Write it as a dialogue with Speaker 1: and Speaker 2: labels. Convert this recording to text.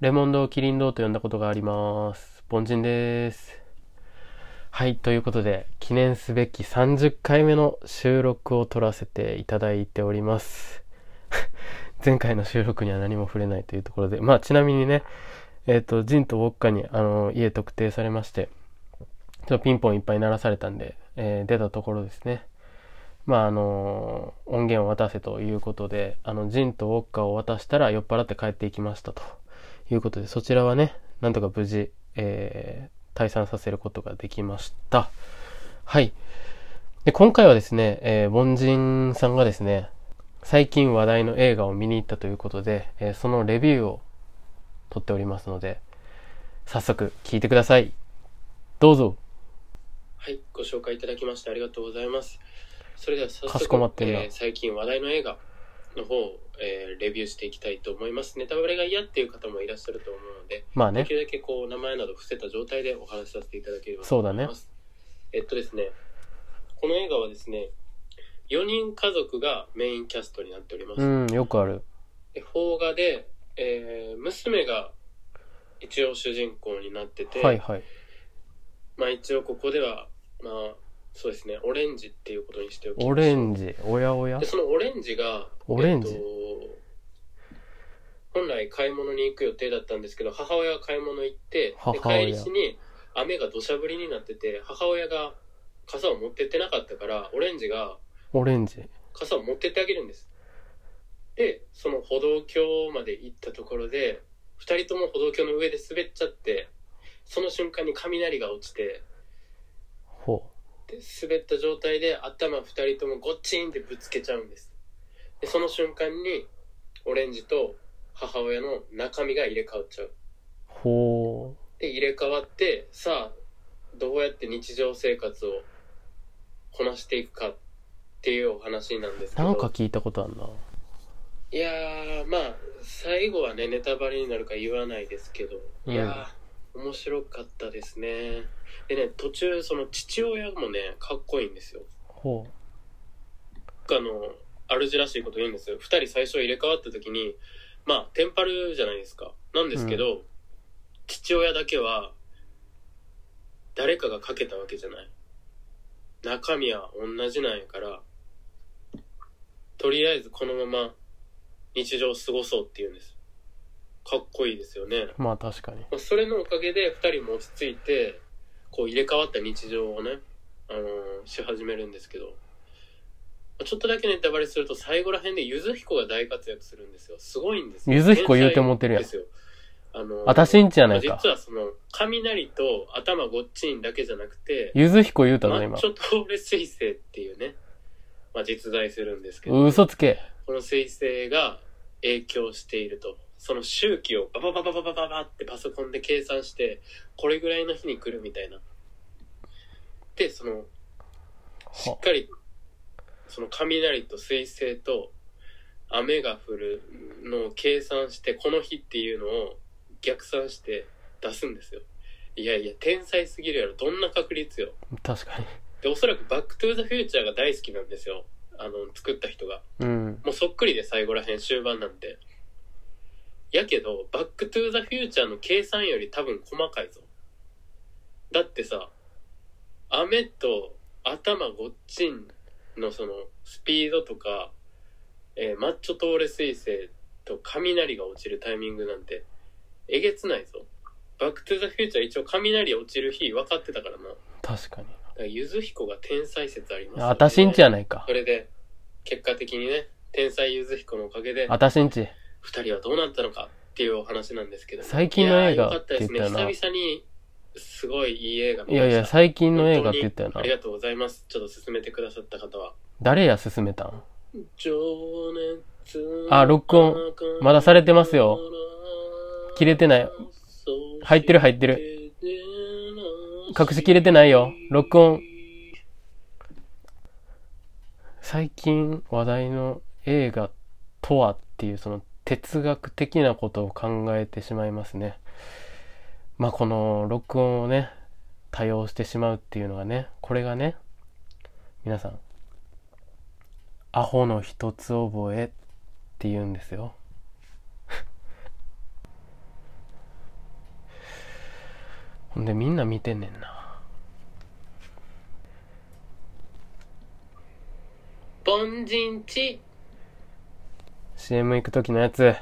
Speaker 1: レモン堂、キリン堂と呼んだことがあります。凡人です。はい、ということで、記念すべき30回目の収録を撮らせていただいております。 前回の収録には何も触れないというところで、まあ、ちなみにね、えっ、と、ジンとウォッカに、あの、家特定されまして、ちょっとピンポンいっぱい鳴らされたんで、えー出たところですね。まああの音源を渡せということであのジンとウォッカを渡したら酔っ払って帰っていきましたということでそちらはねなんとか無事、えー退散させることができましたはいで今回はですね、えー凡人さんがですね最近話題の映画を見に行ったということで、えーそのレビューを撮っておりますので早速聞いてくださいどうぞはいご紹介いただきましてありがとうございますそれでは早速
Speaker 2: かしこまってんな
Speaker 1: えー最近話題の映画の方を、えーレビューしていきたいと思いますネタバレが嫌っていう方もいらっしゃると思うので
Speaker 2: まあ
Speaker 1: で
Speaker 2: ね
Speaker 1: き。るだけこう名前など伏せた状態でお話しさせていただければ
Speaker 2: そうだね
Speaker 1: と思いますえっとですねこの映画はですね4人家族がメインキャストになっております、
Speaker 2: うん、よくある。
Speaker 1: で邦画で、えー娘が一応主人公になってて、
Speaker 2: はいはい。
Speaker 1: まあ一応ここではまあそうですねオレンジっていうことにしておきましょう
Speaker 2: オレンジ、おやおや
Speaker 1: で。そのオレンジが
Speaker 2: オレンジ
Speaker 1: えっと、本来買い物に行く予定だったんですけど母親が買い物行ってで
Speaker 2: 母親
Speaker 1: 帰りしに雨が土砂降りになってて母親が傘を持ってってなかったからオレンジが
Speaker 2: オレンジ。
Speaker 1: 傘を持ってってあげるんですでその歩道橋まで行ったところで2人とも歩道橋の上で滑っちゃってその瞬間に雷が落ちて
Speaker 2: ほ
Speaker 1: で滑った状態で頭2人ともゴッチンってぶつけちゃうんですでその瞬間にオレンジと母親の中身が入れ替わっちゃう
Speaker 2: う。ほ
Speaker 1: で入れ替わってさあどうやって日常生活をこなしていくかっていうお話なんです
Speaker 2: う。
Speaker 1: け
Speaker 2: なん
Speaker 1: ど
Speaker 2: か聞いたことあるな。
Speaker 1: いやーまあ最後はねネタバレになるから言わないですけど、
Speaker 2: うん
Speaker 1: いやー面白かったですねでね途中その父親もねかっこいいんですよ
Speaker 2: ほ
Speaker 1: あの、主らしいこと言うんですよ。二人最初入れ替わった時に、まあ、テンパるじゃないですか。なんですけど、父親だけは、誰かがかけたわけじゃない。中身は同じなんやから、とりあえずこのまま日常を過ごそうって言うんです。かっこいいですよね。
Speaker 2: う。まあ確かに。
Speaker 1: まあそれのおかげで二人も落ち着いてこう入れ替わった日常をね、あのーし始めるんですけど、まあちょっとだけネタバレすると最後ら辺でゆず彦が大活躍するんですよすごいんですよ
Speaker 2: ゆず彦言うてもうてるやん
Speaker 1: 天才ですよあのー
Speaker 2: 私んちやない
Speaker 1: まあ
Speaker 2: か
Speaker 1: 実。はその雷と頭ごっちんだけじゃなくて
Speaker 2: ゆずひこ言うた
Speaker 1: マ
Speaker 2: ぞ、
Speaker 1: ッ
Speaker 2: 今
Speaker 1: チ。ョと俺彗星っていうね、まあ、実在するんですけど
Speaker 2: 嘘つけ。
Speaker 1: この彗星が影響していると。その周期をババババババババってパソコンで計算して、これぐらいの日に来るみたいな。で、その、しっ
Speaker 2: ほ
Speaker 1: かり、その雷と彗星と雨が降るのを計算して、この日っていうのを逆算して出すんですよ。いやいや、天才すぎるやろ。どんな確率よ。
Speaker 2: う確かに。
Speaker 1: で、おそらくバックトゥーザフューチャーが大好きなんですよ。あの、作った人が。
Speaker 2: うん。
Speaker 1: もうそっくりで最後らへん終盤なんて。やけど、バックトゥーザフューチャーの計算より多分細かいぞ。だってさ、雨と頭ごっちんのそのスピードとか、えーマッチョトーレ彗星と雷が落ちるタイミングなんて、えげつないぞ。バックトゥーザフューチャー一応雷落ちる日分かってたからな。だか
Speaker 2: 確かに。
Speaker 1: らゆずひこが天才説ありますよね
Speaker 2: 私んちやないか
Speaker 1: そ。れで、結果的にね、天才ゆずひこのおかげで、
Speaker 2: 私んち。
Speaker 1: 二人はどうなったのかっていうお話なんですけど、
Speaker 2: 最近の映
Speaker 1: い
Speaker 2: 画
Speaker 1: やーよか
Speaker 2: っ
Speaker 1: った
Speaker 2: て言
Speaker 1: で
Speaker 2: っ
Speaker 1: すね。
Speaker 2: たよな。い
Speaker 1: 久々に、すごいいい映画見ました。
Speaker 2: やいや、最近の映画って言ったよ
Speaker 1: あ
Speaker 2: な
Speaker 1: り。がとうございます。ちょっと進めてくださった方は。
Speaker 2: 誰や勧めたん
Speaker 1: 情熱
Speaker 2: あ録音。まだされてますよ。切れてない。入ってる入って
Speaker 1: る。
Speaker 2: 隠し切れてないよ録音。最近話題の映画とはっていうその哲学的なことを考えてしまいますね。まあこの録音をね、多用してしまうっていうのがね、これがね、皆さん、アホの一 つ覚えって言うんですよ。
Speaker 1: ほんでみんな見てんねんな
Speaker 2: 凡人ち
Speaker 1: CM 行く時のやつ